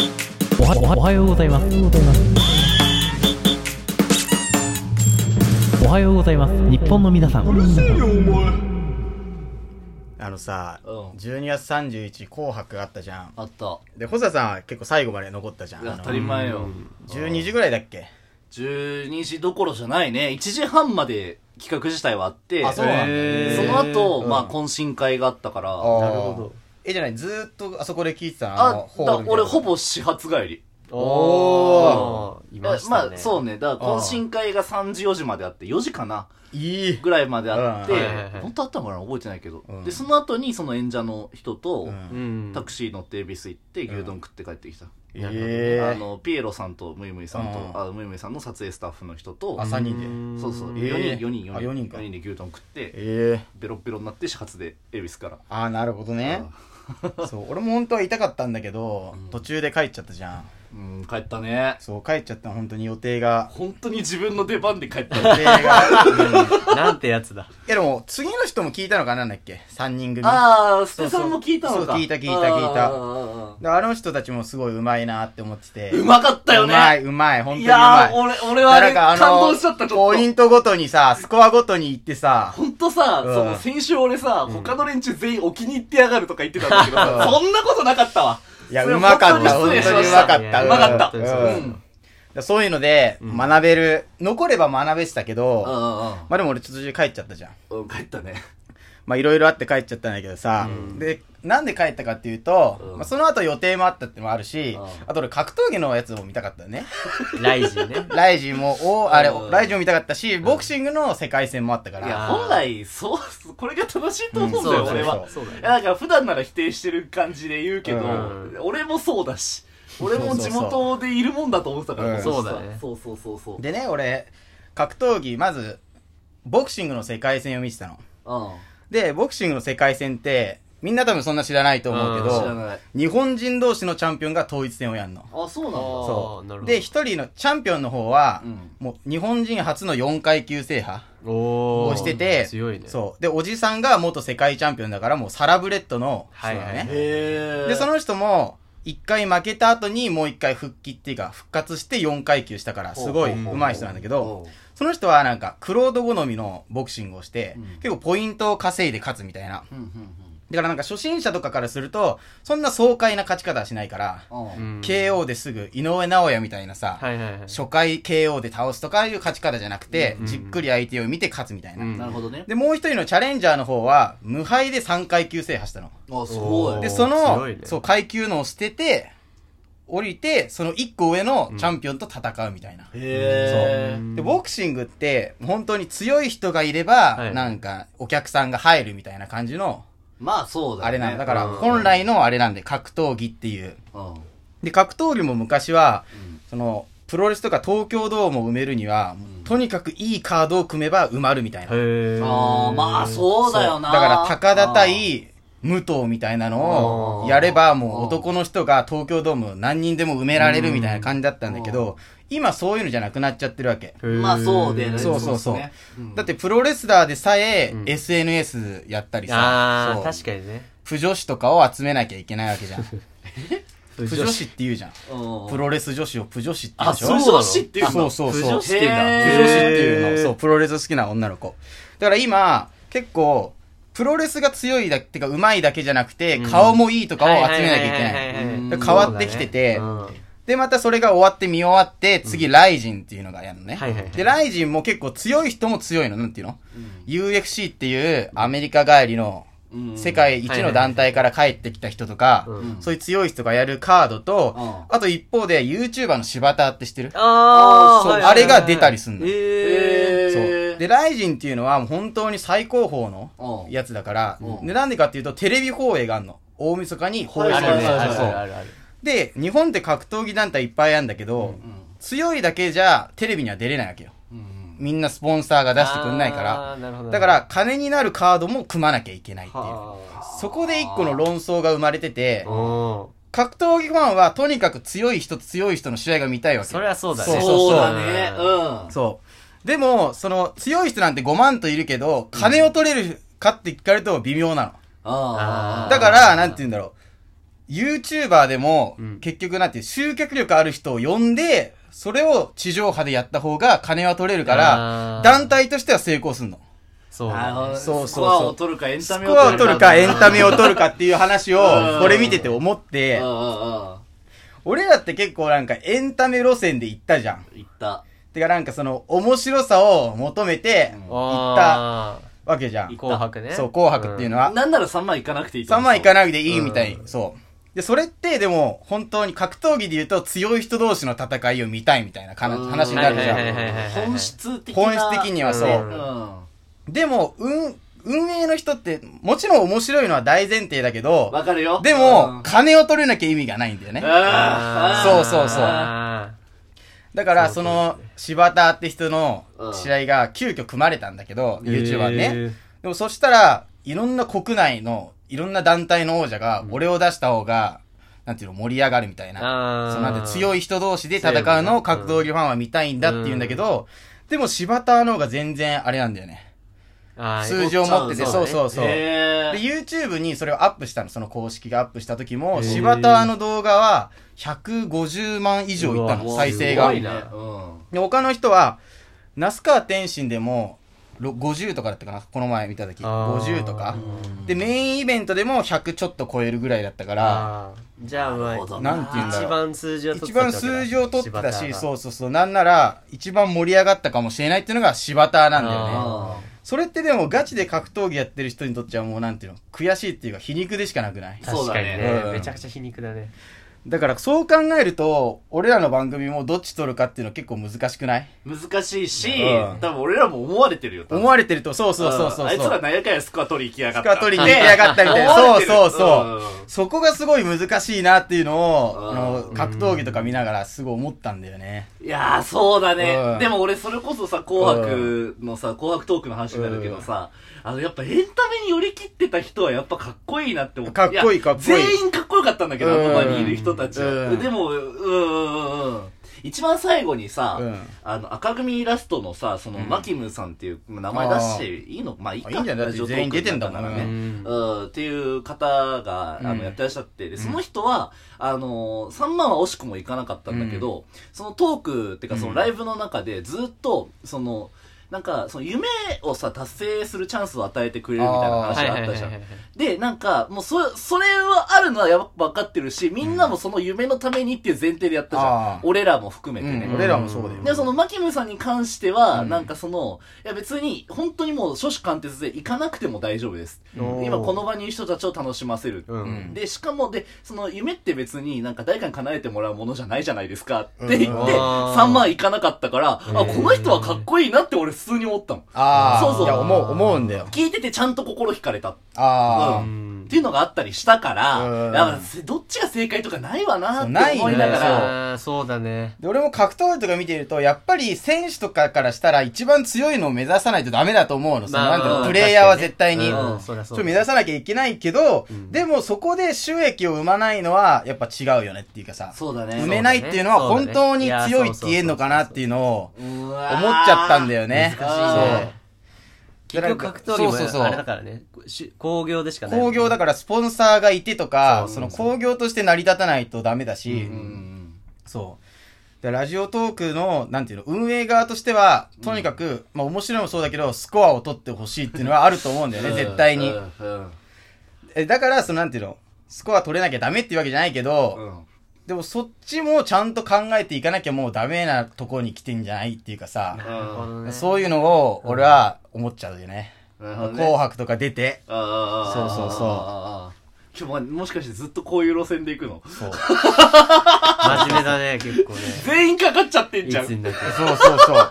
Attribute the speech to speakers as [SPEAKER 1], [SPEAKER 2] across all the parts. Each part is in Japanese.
[SPEAKER 1] はおはおはようございます。おはようございます。日本の皆さん。
[SPEAKER 2] あのさ、
[SPEAKER 3] うん
[SPEAKER 2] 12月31紅白あったじゃん
[SPEAKER 3] あった。
[SPEAKER 2] で細田さんは結構最後まで残ったじゃんあの
[SPEAKER 3] 当たり前よ。
[SPEAKER 2] 12時ぐらいだっけ
[SPEAKER 3] 12時どころじゃないね。1時半まで企画自体はあって、
[SPEAKER 2] あそうなんだ
[SPEAKER 3] そ
[SPEAKER 2] へ
[SPEAKER 3] の後、
[SPEAKER 2] うん
[SPEAKER 3] まあ懇親会があったから、
[SPEAKER 2] あー
[SPEAKER 4] なるほど
[SPEAKER 2] えじゃないずーっとあそこで聞いてたのあの
[SPEAKER 3] あ、
[SPEAKER 2] ホー
[SPEAKER 3] だ
[SPEAKER 2] ルみたい
[SPEAKER 3] 俺
[SPEAKER 2] な
[SPEAKER 3] ほぼ始発帰り。
[SPEAKER 2] おー
[SPEAKER 4] あーいましたね
[SPEAKER 3] まあそうね、だから懇親会が3時4時まであって、4時かない
[SPEAKER 2] い
[SPEAKER 3] ぐらいまであって
[SPEAKER 2] うん
[SPEAKER 4] はいはいは、い
[SPEAKER 3] 本当あったのかな覚えてないけど
[SPEAKER 2] うん。
[SPEAKER 3] で、その後にその演者の人と、
[SPEAKER 2] ん
[SPEAKER 4] うん
[SPEAKER 3] タクシー乗って恵比寿行って牛丼食って帰ってきた。
[SPEAKER 4] なるほど
[SPEAKER 2] え
[SPEAKER 3] あ
[SPEAKER 2] え
[SPEAKER 3] の、ピエロさんとムイムイさん
[SPEAKER 2] うん
[SPEAKER 3] と、あムイムイさんの撮影スタッフの人と
[SPEAKER 2] あ、3人で
[SPEAKER 3] そうそう、
[SPEAKER 2] えー
[SPEAKER 3] 4人、4人、
[SPEAKER 2] あ
[SPEAKER 3] 4
[SPEAKER 2] 四人
[SPEAKER 3] 人
[SPEAKER 2] か
[SPEAKER 3] 4人で牛丼食って、
[SPEAKER 2] ええ
[SPEAKER 3] ベロッベロになって始発で、恵比寿から。
[SPEAKER 2] ああなるほどねそう俺も本当は痛かったんだけど、途中で帰っちゃったじゃん
[SPEAKER 3] うん、帰ったね。
[SPEAKER 2] そう帰っちゃった本当に予定 が
[SPEAKER 3] 本当に自分の出番で帰った
[SPEAKER 2] 予
[SPEAKER 3] ね。
[SPEAKER 2] 定が、うんい
[SPEAKER 4] なんてやつだ
[SPEAKER 2] やでも次の人も聞いたのかななんだっけ3人組
[SPEAKER 3] あー、ス
[SPEAKER 2] そうそう
[SPEAKER 3] テさんも聞いたのか。
[SPEAKER 2] そう聞いた聞いた聞いた
[SPEAKER 3] あーあーあ
[SPEAKER 2] であの人たちもすごいうまいなって思ってて
[SPEAKER 3] ーうまかったよ
[SPEAKER 2] う
[SPEAKER 3] ね。
[SPEAKER 2] まい、うまい、本当
[SPEAKER 3] い
[SPEAKER 2] にうま
[SPEAKER 3] や
[SPEAKER 2] い。
[SPEAKER 3] ー、俺、俺はあれ、
[SPEAKER 2] だからあの
[SPEAKER 3] 感動しちゃった、ちょ
[SPEAKER 2] ポ
[SPEAKER 3] っ
[SPEAKER 2] イ
[SPEAKER 3] と。
[SPEAKER 2] ントごとにさ、スコアごとに行ってさ、
[SPEAKER 3] ほんとさ、
[SPEAKER 2] うん
[SPEAKER 3] その、先週俺さ、他の連中全員お気に入ってやがるとか言ってたんだけどさ、そんなことなかったわ。
[SPEAKER 2] いや、
[SPEAKER 3] それ
[SPEAKER 2] うまかった、本
[SPEAKER 3] 本
[SPEAKER 2] 当
[SPEAKER 3] 当
[SPEAKER 2] に
[SPEAKER 3] に
[SPEAKER 2] う
[SPEAKER 3] 失礼しま
[SPEAKER 2] ま
[SPEAKER 3] した
[SPEAKER 2] かった。
[SPEAKER 4] いや
[SPEAKER 3] うまかった
[SPEAKER 4] う
[SPEAKER 2] うんん
[SPEAKER 4] う
[SPEAKER 2] だ
[SPEAKER 4] ん
[SPEAKER 3] う
[SPEAKER 2] か
[SPEAKER 3] ん。
[SPEAKER 2] らそういうので、
[SPEAKER 4] ん
[SPEAKER 2] 学べる、残れば学べてたけ
[SPEAKER 3] う
[SPEAKER 2] ど、
[SPEAKER 3] んうん
[SPEAKER 2] まあでも俺途中で帰っちゃったじゃん。
[SPEAKER 3] うんうん。帰ったね。
[SPEAKER 2] まあいろいろあって帰っちゃったんだけどさ、で、なんで帰ったかっていうと、
[SPEAKER 3] うん
[SPEAKER 2] まあその後予定もあったってのもあるし
[SPEAKER 3] うん、
[SPEAKER 2] あと俺格闘技のやつも見たかったね。
[SPEAKER 4] ライジね
[SPEAKER 2] ライジンも、お、あれ
[SPEAKER 3] う、ん
[SPEAKER 2] ライジンも見たかったし、ボクシングの世界戦もあったか
[SPEAKER 3] い
[SPEAKER 2] ら。
[SPEAKER 3] や、本来、そう、これが正しいと思うんだよ、
[SPEAKER 2] うんそう
[SPEAKER 3] 俺は。
[SPEAKER 4] そうだね
[SPEAKER 3] いや、だから普段なら否定してる感じで言うけど、
[SPEAKER 4] うん
[SPEAKER 3] 俺もそうだし、俺も地元でいるもんだと思ってたから、
[SPEAKER 2] うん
[SPEAKER 4] そうだね
[SPEAKER 3] そうそうそうそう。
[SPEAKER 2] でね、俺、格闘技、まず、ボクシングの世界戦を見てたの。
[SPEAKER 3] う
[SPEAKER 2] で、ボクシングの世界戦って、みんな多分そんな知らないと思うけ
[SPEAKER 3] ん。
[SPEAKER 4] そ
[SPEAKER 3] 知
[SPEAKER 2] ど、
[SPEAKER 3] らない。
[SPEAKER 2] 日本人同士のチャンピオンが統一戦をやるの。
[SPEAKER 3] あ、そうなんだ。
[SPEAKER 4] あー
[SPEAKER 2] そう
[SPEAKER 4] なるほど
[SPEAKER 2] で、一人のチャンピオンの方は、
[SPEAKER 3] うん
[SPEAKER 2] もう日本人初の4階級制覇
[SPEAKER 4] お
[SPEAKER 2] を
[SPEAKER 4] ー
[SPEAKER 2] してて、
[SPEAKER 4] 強いね
[SPEAKER 2] そう。で、おじさんが元世界チャンピオンだから、もうサラブレッドの人なのね。
[SPEAKER 4] はいはいはい
[SPEAKER 3] へー
[SPEAKER 2] で、そ、の人も、一回負けた後にもう一回復帰っていうか、復活して4階級したから、すごい上手い人なんだけど、その人はなんか、クロード好みのボクシングをして、
[SPEAKER 3] うん
[SPEAKER 2] 結構ポイントを稼いで勝つみたいな。
[SPEAKER 3] うんうん
[SPEAKER 2] だからなんか初心者とかからすると、そんな爽快な勝ち方はしないから、
[SPEAKER 3] うん。うん。
[SPEAKER 4] うん
[SPEAKER 2] KO ですぐ井上尚弥みたいなさ、
[SPEAKER 4] はいはいはい
[SPEAKER 2] 初回 KO で倒すとかいう勝ち方じゃなくて、
[SPEAKER 4] うん
[SPEAKER 2] じっくり相手を見て勝つみたいな。
[SPEAKER 4] うん
[SPEAKER 3] なるほどね。
[SPEAKER 2] で、もう一人のチャレンジャーの方は、無敗で3階級制覇したの。
[SPEAKER 3] あ、すごい。
[SPEAKER 2] で、
[SPEAKER 4] おー
[SPEAKER 2] その、
[SPEAKER 4] 強いね
[SPEAKER 2] そう、階級のを捨てて、降りて、その1個上のチャンピオンと戦うみたいな。
[SPEAKER 3] へ
[SPEAKER 4] そう
[SPEAKER 2] で、ボクシングって、本当に強い人がいれば、
[SPEAKER 4] はい
[SPEAKER 2] なんか、お客さんが入るみたいな感じの、
[SPEAKER 3] ー。まあ、そうだよね。
[SPEAKER 2] あれなんだ。だから、
[SPEAKER 4] うん
[SPEAKER 2] 本来のあれなんで、格闘技っていう。
[SPEAKER 3] ら。うん。
[SPEAKER 2] で、格闘技も昔は、
[SPEAKER 3] ん
[SPEAKER 2] その、プロレスとか東京ドームを埋めるには、
[SPEAKER 3] ん
[SPEAKER 2] とにかくいいカードを組めば埋まるみたいな。
[SPEAKER 4] へー
[SPEAKER 3] あー、まあ、そうだよな。
[SPEAKER 2] そうだから、高田対武藤みたいなのをやれば、もう男の人が東京ドーム何人でも埋められるみたいな感じだったんだけど、今そういうのじゃなくなっちゃってるわけ。
[SPEAKER 4] へー
[SPEAKER 3] まあそうでね。
[SPEAKER 2] そうそうそう
[SPEAKER 3] ですねん
[SPEAKER 2] だってプロレスラーでさえ
[SPEAKER 4] うん
[SPEAKER 2] SNS やったりさ、
[SPEAKER 4] ああ
[SPEAKER 2] そう
[SPEAKER 4] 確かにね
[SPEAKER 2] 不女子とかを集めなきゃいけないわけじゃん。
[SPEAKER 4] 不
[SPEAKER 2] 不女子って言うじゃん。
[SPEAKER 3] うん
[SPEAKER 2] プロレス女子を不女子って言う
[SPEAKER 3] あ、
[SPEAKER 2] でし
[SPEAKER 3] そ
[SPEAKER 2] ょ
[SPEAKER 3] うなの知ってる
[SPEAKER 2] そう
[SPEAKER 3] の
[SPEAKER 2] そうそう。
[SPEAKER 4] 不女子って言うんだ
[SPEAKER 2] プロ
[SPEAKER 3] へー
[SPEAKER 2] 女子っていうの。
[SPEAKER 4] へー
[SPEAKER 2] そう、プロレス好きな女の子。だから今、結構、プロレスが強いだけ、てか上手いだけじゃなくて、
[SPEAKER 4] うん
[SPEAKER 2] 顔もいいとかを集めなきゃいけ
[SPEAKER 4] は
[SPEAKER 2] ないい。
[SPEAKER 4] はいはいはいはい
[SPEAKER 2] で変わってきてて
[SPEAKER 4] うんは
[SPEAKER 2] で、またそれが終わって見終わって、次、ライジンっていうのがやるのね。
[SPEAKER 4] いはい
[SPEAKER 2] で、ライジンも結構強い人も強いの。なんていうの、?UFC っていうアメリカ帰りの、
[SPEAKER 3] うん
[SPEAKER 2] 世界一の団体から帰ってきた人とか、
[SPEAKER 4] うん
[SPEAKER 2] そういう強い人がやるカードと、
[SPEAKER 3] う
[SPEAKER 2] あと一方で YouTuber の柴田って知ってる
[SPEAKER 4] あ
[SPEAKER 2] そう
[SPEAKER 4] ーはいはいはい
[SPEAKER 2] あれが出たりすんの
[SPEAKER 4] へー
[SPEAKER 2] そう。で、ライジンっていうのはもう本当に最高峰の
[SPEAKER 3] うん
[SPEAKER 2] やつだから、
[SPEAKER 3] うん
[SPEAKER 2] で、なんでかっていうとテレビ放映があるの。大晦日に放映
[SPEAKER 4] あ
[SPEAKER 2] さ
[SPEAKER 4] るね
[SPEAKER 2] れ
[SPEAKER 4] あ
[SPEAKER 2] る。そう
[SPEAKER 4] る
[SPEAKER 2] そ
[SPEAKER 4] ある
[SPEAKER 2] う
[SPEAKER 4] あるある
[SPEAKER 2] で、日本って格闘技団体いっぱいあるんだけど、強いだけじゃテレビには出れないわけよ。
[SPEAKER 3] うん
[SPEAKER 2] みんなスポンサーが出してくんないから。
[SPEAKER 4] あーなるほど
[SPEAKER 2] だから、金になるカードも組まなきゃいけないっていう。
[SPEAKER 4] は
[SPEAKER 2] そこで一個の論争が生まれてて
[SPEAKER 4] あ、うん
[SPEAKER 2] 格闘技ファンはとにかく強い人と強い人の試合が見たいわけ。
[SPEAKER 4] そりゃそうだね
[SPEAKER 2] そう
[SPEAKER 3] そうだね。う
[SPEAKER 2] そう。でも、その、強い人なんて5万といるけど、金を取れるかって聞かれると微妙なの。
[SPEAKER 3] ん。
[SPEAKER 4] あー
[SPEAKER 2] だから、なんて言うんだろう。 YouTuber でも
[SPEAKER 4] うん、
[SPEAKER 2] 結局なんていう、集客力ある人を呼んで、それを地上波でやった方が金は取れるから
[SPEAKER 4] あ、ー
[SPEAKER 2] 団体としては成功すんの。
[SPEAKER 4] そう
[SPEAKER 3] あ
[SPEAKER 4] だ
[SPEAKER 3] の
[SPEAKER 4] ね。
[SPEAKER 2] そうそうそう
[SPEAKER 3] スコアを取るかエンタ
[SPEAKER 2] ス
[SPEAKER 3] メ
[SPEAKER 2] コアを取るかエンタメを取るかっていう話を
[SPEAKER 3] う、ん
[SPEAKER 2] これ見てて思っ
[SPEAKER 3] うん
[SPEAKER 2] て
[SPEAKER 3] う、んうん
[SPEAKER 2] 俺らって結構なんかエンタメ路線で行ったじゃん。
[SPEAKER 3] 行った
[SPEAKER 2] てかなんかその面白さを求めて行った
[SPEAKER 4] あー
[SPEAKER 2] わけじゃん。
[SPEAKER 4] 紅白ね。
[SPEAKER 2] そう、紅白っていうのは。
[SPEAKER 3] なんなら3万行かなくていいと
[SPEAKER 2] 3
[SPEAKER 3] 思う
[SPEAKER 2] 万いかなくていいみたい、
[SPEAKER 4] うん
[SPEAKER 2] そう。で、それってでも本当に格闘技で言うと強い人同士の戦いを見たいみたいなかな
[SPEAKER 3] うん
[SPEAKER 2] 話になるじゃ
[SPEAKER 4] はいはい
[SPEAKER 2] ん
[SPEAKER 4] はい。
[SPEAKER 3] 本質的な
[SPEAKER 2] 本質的にはそう。
[SPEAKER 4] うん
[SPEAKER 3] う
[SPEAKER 2] でも、運、運営の人ってもちろん面白いのは大前提だけ
[SPEAKER 3] ん
[SPEAKER 2] ど、
[SPEAKER 3] わかるよ
[SPEAKER 2] で
[SPEAKER 3] う
[SPEAKER 2] も
[SPEAKER 3] ん、
[SPEAKER 2] 金を取れなきゃ意味がないんだよね。
[SPEAKER 3] あ
[SPEAKER 2] そ
[SPEAKER 3] ー
[SPEAKER 2] うそうそう
[SPEAKER 4] あ
[SPEAKER 2] だから、
[SPEAKER 4] そ
[SPEAKER 2] そう
[SPEAKER 4] そう
[SPEAKER 2] の、柴田って人の
[SPEAKER 3] うん
[SPEAKER 2] 試合が急遽組まれたんだけど、
[SPEAKER 4] ー
[SPEAKER 2] YouTuber ね。
[SPEAKER 4] へー
[SPEAKER 2] でもそしたら、いろんな国内の、いろんな団体の王者が、俺を出した方が、なんていうの、盛り上がるみたいな。
[SPEAKER 4] あー。
[SPEAKER 2] そのなんて
[SPEAKER 4] い。
[SPEAKER 2] 強い人同士で戦うのを格闘技ファンは見たいんだって言うんだけど、でも柴田の方が全然あれなんだよね。数字を持ってて、
[SPEAKER 4] あー
[SPEAKER 2] そ
[SPEAKER 4] そ
[SPEAKER 2] うそううそう。で、
[SPEAKER 3] へー
[SPEAKER 2] YouTube にそれをアップしたの、その公式がアップした時
[SPEAKER 4] へー
[SPEAKER 2] も、柴田の動画は150万以上いった
[SPEAKER 4] う
[SPEAKER 2] の、
[SPEAKER 4] わ
[SPEAKER 2] 再生が
[SPEAKER 4] すご。い
[SPEAKER 3] ね
[SPEAKER 4] な
[SPEAKER 3] うん
[SPEAKER 2] で他の人は、那須川天心でも、ろ50とかだったかなこの前見た時。
[SPEAKER 4] あー
[SPEAKER 2] 50とか。で、メインイベントでも100ちょっと超えるぐらいだったから、
[SPEAKER 4] あーじゃあ、まあ
[SPEAKER 3] なるほど
[SPEAKER 2] なんていうんだ
[SPEAKER 4] 一
[SPEAKER 2] ろう。
[SPEAKER 4] 番数字を取って
[SPEAKER 2] 一
[SPEAKER 4] たってわけ
[SPEAKER 2] 番
[SPEAKER 4] だ
[SPEAKER 2] 数字を取って
[SPEAKER 4] 柴
[SPEAKER 2] たし、
[SPEAKER 4] 田が
[SPEAKER 2] そうそうそう。なんなら、一番盛り上がったかもしれないっていうのが柴田なんだよね。
[SPEAKER 3] あ
[SPEAKER 2] それってでもガチで格闘技やってる人にとってはもうなんていうの、悔しいっていうか皮肉でしかなくない
[SPEAKER 3] そう
[SPEAKER 4] 確
[SPEAKER 3] だ
[SPEAKER 4] か
[SPEAKER 3] ね
[SPEAKER 4] にね、
[SPEAKER 2] うん
[SPEAKER 4] めちゃくちゃ皮肉だね
[SPEAKER 2] だからそう考えると、俺らの番組もどっち取るかっていうのは結構難しくない
[SPEAKER 3] ー難しいし
[SPEAKER 2] うん
[SPEAKER 3] 多分俺らも思われてるよ多分
[SPEAKER 2] 思われてると、そうそうそうそうそう。
[SPEAKER 3] あいつら何やかんやスコア取り行 きやが
[SPEAKER 2] ス
[SPEAKER 3] った
[SPEAKER 2] カ取りに行きやがったみたいな。
[SPEAKER 3] 思
[SPEAKER 2] そ
[SPEAKER 3] わ
[SPEAKER 2] う
[SPEAKER 3] れてる
[SPEAKER 2] そうそう。
[SPEAKER 3] ん
[SPEAKER 2] そこがすごい難しいなっていうのを、
[SPEAKER 3] うん
[SPEAKER 2] あの格闘技とか見ながらすごい思ったんだよね。
[SPEAKER 3] いやーそうだ
[SPEAKER 2] う
[SPEAKER 3] ね
[SPEAKER 2] ん
[SPEAKER 3] でも俺それこそさ「紅白」のさ「紅白トーク」の話になるけどさあのやっぱエンタメに寄り切ってた人はやっぱかっこいいなって思って
[SPEAKER 2] かっこいいかっこいい
[SPEAKER 3] 全員かっこよかったんだけど
[SPEAKER 2] うん
[SPEAKER 3] あの場にいる人たち
[SPEAKER 2] う
[SPEAKER 3] は
[SPEAKER 2] ん
[SPEAKER 3] でもうんうんうんうん一番最後にさ、
[SPEAKER 2] うん
[SPEAKER 3] あの赤組イラストのさその、マキムさんっていう名前出していいのまあいいか
[SPEAKER 2] いいんじゃない
[SPEAKER 3] ラジオトーク
[SPEAKER 2] 全員出てんだもん
[SPEAKER 3] から
[SPEAKER 2] う
[SPEAKER 3] ね、うんっていう方が、あ
[SPEAKER 2] うん
[SPEAKER 3] の、やってらっしゃって、で、その人は、あのー、3万は惜しくもいかなかったんだけど、そのトーク、ってかそのライブの中でずっと、その、なんか、その夢をさ、達成するチャンスを与えてくれるみたいな話があったじゃん。で、なんか、もうそ、それはあるのはやっぱ分かってるし、みんなもその夢のためにっていう前提でやったじゃん。
[SPEAKER 2] あー
[SPEAKER 3] 俺らも含めてね。
[SPEAKER 2] うん俺らもそうだよ。
[SPEAKER 3] で、その、マキムさんに関しては、
[SPEAKER 2] うん
[SPEAKER 3] なんかその、いや別に、本当にもう、諸子貫徹で行かなくても大丈夫です。
[SPEAKER 4] おー
[SPEAKER 3] 今この場にいる人たちを楽しませる。
[SPEAKER 4] うん
[SPEAKER 3] で、しかも、で、その夢って別になんか誰かに叶えてもらうものじゃないじゃないですかって言
[SPEAKER 2] う
[SPEAKER 3] っ
[SPEAKER 2] ん
[SPEAKER 3] て、
[SPEAKER 4] あー
[SPEAKER 3] 3万いかなかったから、あ、
[SPEAKER 4] へー
[SPEAKER 3] この人はかっこいいなって俺普通に思ったの。
[SPEAKER 2] ああ、
[SPEAKER 3] そうそう
[SPEAKER 2] いや、思う、思うんだよ。
[SPEAKER 3] 聞いててちゃんと心惹かれたっ
[SPEAKER 2] ああ、
[SPEAKER 4] うん
[SPEAKER 3] ていうのがあったりしたから、
[SPEAKER 2] うん
[SPEAKER 3] やっぱせどっちが正解とかないわな
[SPEAKER 2] そう
[SPEAKER 3] って思いな
[SPEAKER 2] な
[SPEAKER 3] が
[SPEAKER 2] いよね
[SPEAKER 3] ら、
[SPEAKER 4] あーそうだね
[SPEAKER 2] で、俺も格闘技とか見てると、やっぱり選手とかからしたら一番強いのを目指さないとダメだと思うの。その、
[SPEAKER 4] まあ
[SPEAKER 2] なんていう
[SPEAKER 4] ま
[SPEAKER 2] の、
[SPEAKER 4] あ
[SPEAKER 2] プレイヤーは絶対に。
[SPEAKER 4] うんそりゃ
[SPEAKER 2] ち
[SPEAKER 4] そうだ
[SPEAKER 2] ょっと目指さなきゃいけないけど、でもそこで収益を生まないのは、やっぱ違うよねっていうかさ。
[SPEAKER 3] そうだね。
[SPEAKER 2] 埋めないっていうのは
[SPEAKER 4] そうだ
[SPEAKER 2] 本
[SPEAKER 4] ね
[SPEAKER 2] 当に強いって言えんのかなっていうのを
[SPEAKER 3] 思っ
[SPEAKER 2] 思っちゃったんだよね。
[SPEAKER 3] 難しいね
[SPEAKER 2] そう
[SPEAKER 4] 結局格闘技
[SPEAKER 2] そうそうそう
[SPEAKER 4] もあれだからねし興行でしかない
[SPEAKER 2] 工業だからスポンサーがいてとか、
[SPEAKER 3] そう
[SPEAKER 2] その工業として成り立たないとダメだし、
[SPEAKER 3] うん。
[SPEAKER 2] そう。でラジオトークの、なんていうの、運営側としては、とにかく、まあ面白いもそうだけど、スコアを取ってほしいっていうのはあると思うんだよね、絶対に
[SPEAKER 3] う。んうん
[SPEAKER 2] えだから、そのなんていうの、スコア取れなきゃダメっていうわけじゃないけ
[SPEAKER 3] う
[SPEAKER 2] ど、
[SPEAKER 3] ん
[SPEAKER 2] でもそっちもちゃんと考えていかなきゃもうダメなとこに来てんじゃないっていうかさ、
[SPEAKER 4] なるほどね
[SPEAKER 2] そういうのを、俺は思っちゃうよね。
[SPEAKER 3] なるほどね
[SPEAKER 2] 紅白とか出て。
[SPEAKER 3] ああああああ
[SPEAKER 2] そうそうそう
[SPEAKER 3] ああああ今日ももしかしてずっとこういう路線で行くの
[SPEAKER 2] そう。
[SPEAKER 4] 真面目だね結構 ね
[SPEAKER 3] 全員かかっちゃってん
[SPEAKER 4] い
[SPEAKER 3] じゃん
[SPEAKER 4] つになって
[SPEAKER 2] そうそう そう。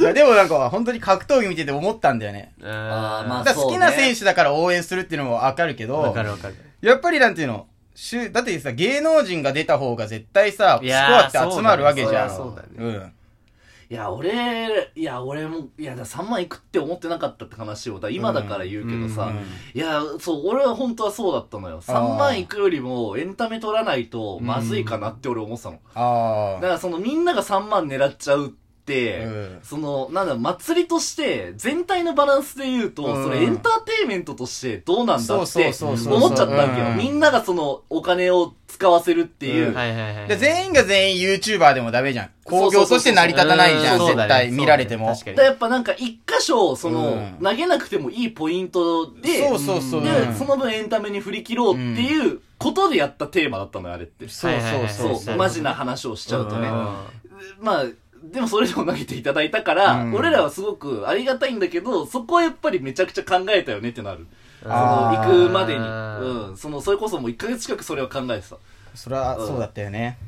[SPEAKER 2] いや、でもなんか、本当に格闘技見てて思ったんだよね。
[SPEAKER 4] あ
[SPEAKER 3] ーまあ
[SPEAKER 2] だから好き
[SPEAKER 3] そ
[SPEAKER 2] な
[SPEAKER 3] うね
[SPEAKER 2] 選手だから応援するっていうのもわかるけ
[SPEAKER 4] わ
[SPEAKER 2] ど
[SPEAKER 4] か、るわかる
[SPEAKER 2] やっぱりなんていうの、しゅだってさ、芸能人が出た方が絶対さ、
[SPEAKER 4] い
[SPEAKER 2] スコ
[SPEAKER 4] や
[SPEAKER 2] ア
[SPEAKER 4] ー
[SPEAKER 2] って集まるわけじゃん。
[SPEAKER 4] そうだね
[SPEAKER 2] うん。
[SPEAKER 3] いや俺いや俺もいやだ3万いくって思ってなかったって話をだから今だから言うけどさ、
[SPEAKER 2] うんうん
[SPEAKER 3] いやそう俺は本当はそうだったのよ3万いくよりもエンタメ取らないとまずいかなって俺思ってたの、だ
[SPEAKER 2] あ
[SPEAKER 3] からそのみんなが3万狙っちゃうっって、
[SPEAKER 2] うん
[SPEAKER 3] その、なんだ、祭りとして、全体のバランスで言うと、
[SPEAKER 2] うん
[SPEAKER 3] それエンターテインメントとしてどうなんだ
[SPEAKER 2] そう
[SPEAKER 3] っ
[SPEAKER 2] そ
[SPEAKER 3] て
[SPEAKER 2] うそうそう
[SPEAKER 3] 思っちゃったわけよ。
[SPEAKER 2] うん
[SPEAKER 3] みんながその、お金を使わせるってい
[SPEAKER 2] う
[SPEAKER 3] う。
[SPEAKER 2] ん
[SPEAKER 4] はいはいはい。
[SPEAKER 2] で全員が全員 YouTuber でもダメじゃん。工業として成り立たないじゃん、
[SPEAKER 4] うんそ
[SPEAKER 2] 絶対
[SPEAKER 4] うだね
[SPEAKER 2] 見られても。
[SPEAKER 4] 確か
[SPEAKER 3] だ
[SPEAKER 4] に
[SPEAKER 3] からやっぱなんか一箇所、その、
[SPEAKER 2] うん
[SPEAKER 3] 投げなくてもいいポイントで、
[SPEAKER 2] そうそうそう。
[SPEAKER 3] で、
[SPEAKER 2] うん
[SPEAKER 3] その分エンタメに振り切ろうっていうことでやったテーマだったのよ、あれって。
[SPEAKER 2] そうそうそう。
[SPEAKER 3] そう、マジな話をしちゃうとね。
[SPEAKER 2] うん
[SPEAKER 3] まあ、でもそれでも投げていただいたから、
[SPEAKER 2] うん
[SPEAKER 3] 俺らはすごくありがたいんだけど、そこはやっぱりめちゃくちゃ考えたよねってなる。その
[SPEAKER 2] あー
[SPEAKER 3] 行くまでに。
[SPEAKER 4] う
[SPEAKER 3] うん。その、それこそもう1ヶ月近くそれを考えてた。
[SPEAKER 2] そりゃ
[SPEAKER 3] うん
[SPEAKER 2] そうだったよね。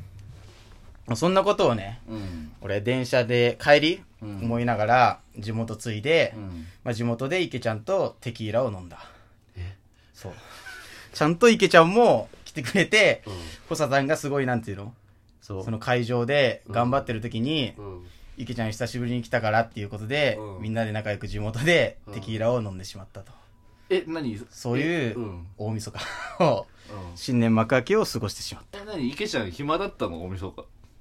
[SPEAKER 2] そんなことをね、
[SPEAKER 3] うん。
[SPEAKER 2] 俺電車で帰り、
[SPEAKER 3] うん
[SPEAKER 2] 思いながら地元着いで、
[SPEAKER 3] うん。
[SPEAKER 2] まあ、地元で池ちゃんとテキーラを飲んだ。そう。ちゃんと池ちゃんも来てくれて、小佐さんがすごいなんていうの
[SPEAKER 4] そう。
[SPEAKER 2] その会場で頑張ってる時に、
[SPEAKER 3] うん。
[SPEAKER 2] 池ちゃん久しぶりに来たからっていうことで、
[SPEAKER 3] うん
[SPEAKER 2] みんなで仲良く地元でテキーラを飲んでしまったと。
[SPEAKER 3] え、何
[SPEAKER 2] そういう
[SPEAKER 3] うん。うん。
[SPEAKER 2] 大晦日を、新年幕開けを過ごしてしまっ
[SPEAKER 3] え、何池ちゃん暇だったのお晦日。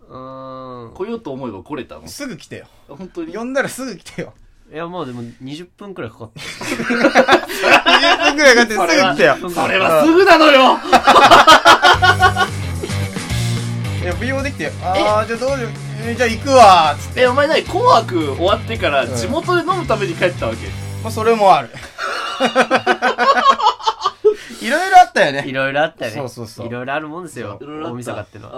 [SPEAKER 4] うーん。
[SPEAKER 3] 来ようと思えば来れたの
[SPEAKER 2] た。すぐ来てよ。
[SPEAKER 3] 本当に
[SPEAKER 2] 呼んだらすぐ来てよ。
[SPEAKER 4] いや、もうでも20分くらいかかった。
[SPEAKER 2] 20分くらいかかってすぐ来てよ。
[SPEAKER 3] それはすぐなのよ
[SPEAKER 2] いや、美容できてよ。あー、じゃあどうしよう。えーじゃあ行くわーつって。
[SPEAKER 3] え、お前何紅白終わってから地元で飲むために帰ったわけ、
[SPEAKER 2] まあ、それもある。 いろいろあったよ
[SPEAKER 4] い
[SPEAKER 2] ね。
[SPEAKER 4] ろいろあったよね。
[SPEAKER 2] そうそうそう
[SPEAKER 4] いろいろあるもんですよ。
[SPEAKER 3] いろいろあった
[SPEAKER 4] 大晦日ってのは。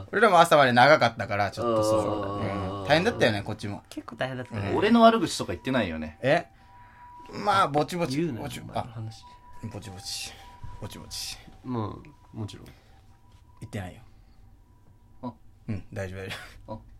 [SPEAKER 3] は。
[SPEAKER 2] 俺らも朝まで長かったから、ちょっとそう。
[SPEAKER 3] あー
[SPEAKER 2] うん大変だったよね、こっちも。
[SPEAKER 4] 結構大変だった
[SPEAKER 3] う
[SPEAKER 4] ね。
[SPEAKER 3] ん俺の悪口とか言ってないよね。
[SPEAKER 2] えまあ、ぼちぼち。
[SPEAKER 4] 言うなよ
[SPEAKER 2] ぼち
[SPEAKER 4] お前の
[SPEAKER 2] あ、
[SPEAKER 4] 話。
[SPEAKER 2] ぼちぼち。ぼちぼち。
[SPEAKER 4] もう、もちろん。
[SPEAKER 2] 行ってないよ
[SPEAKER 3] あ。
[SPEAKER 2] うん、大丈夫大丈
[SPEAKER 3] あ
[SPEAKER 2] 夫。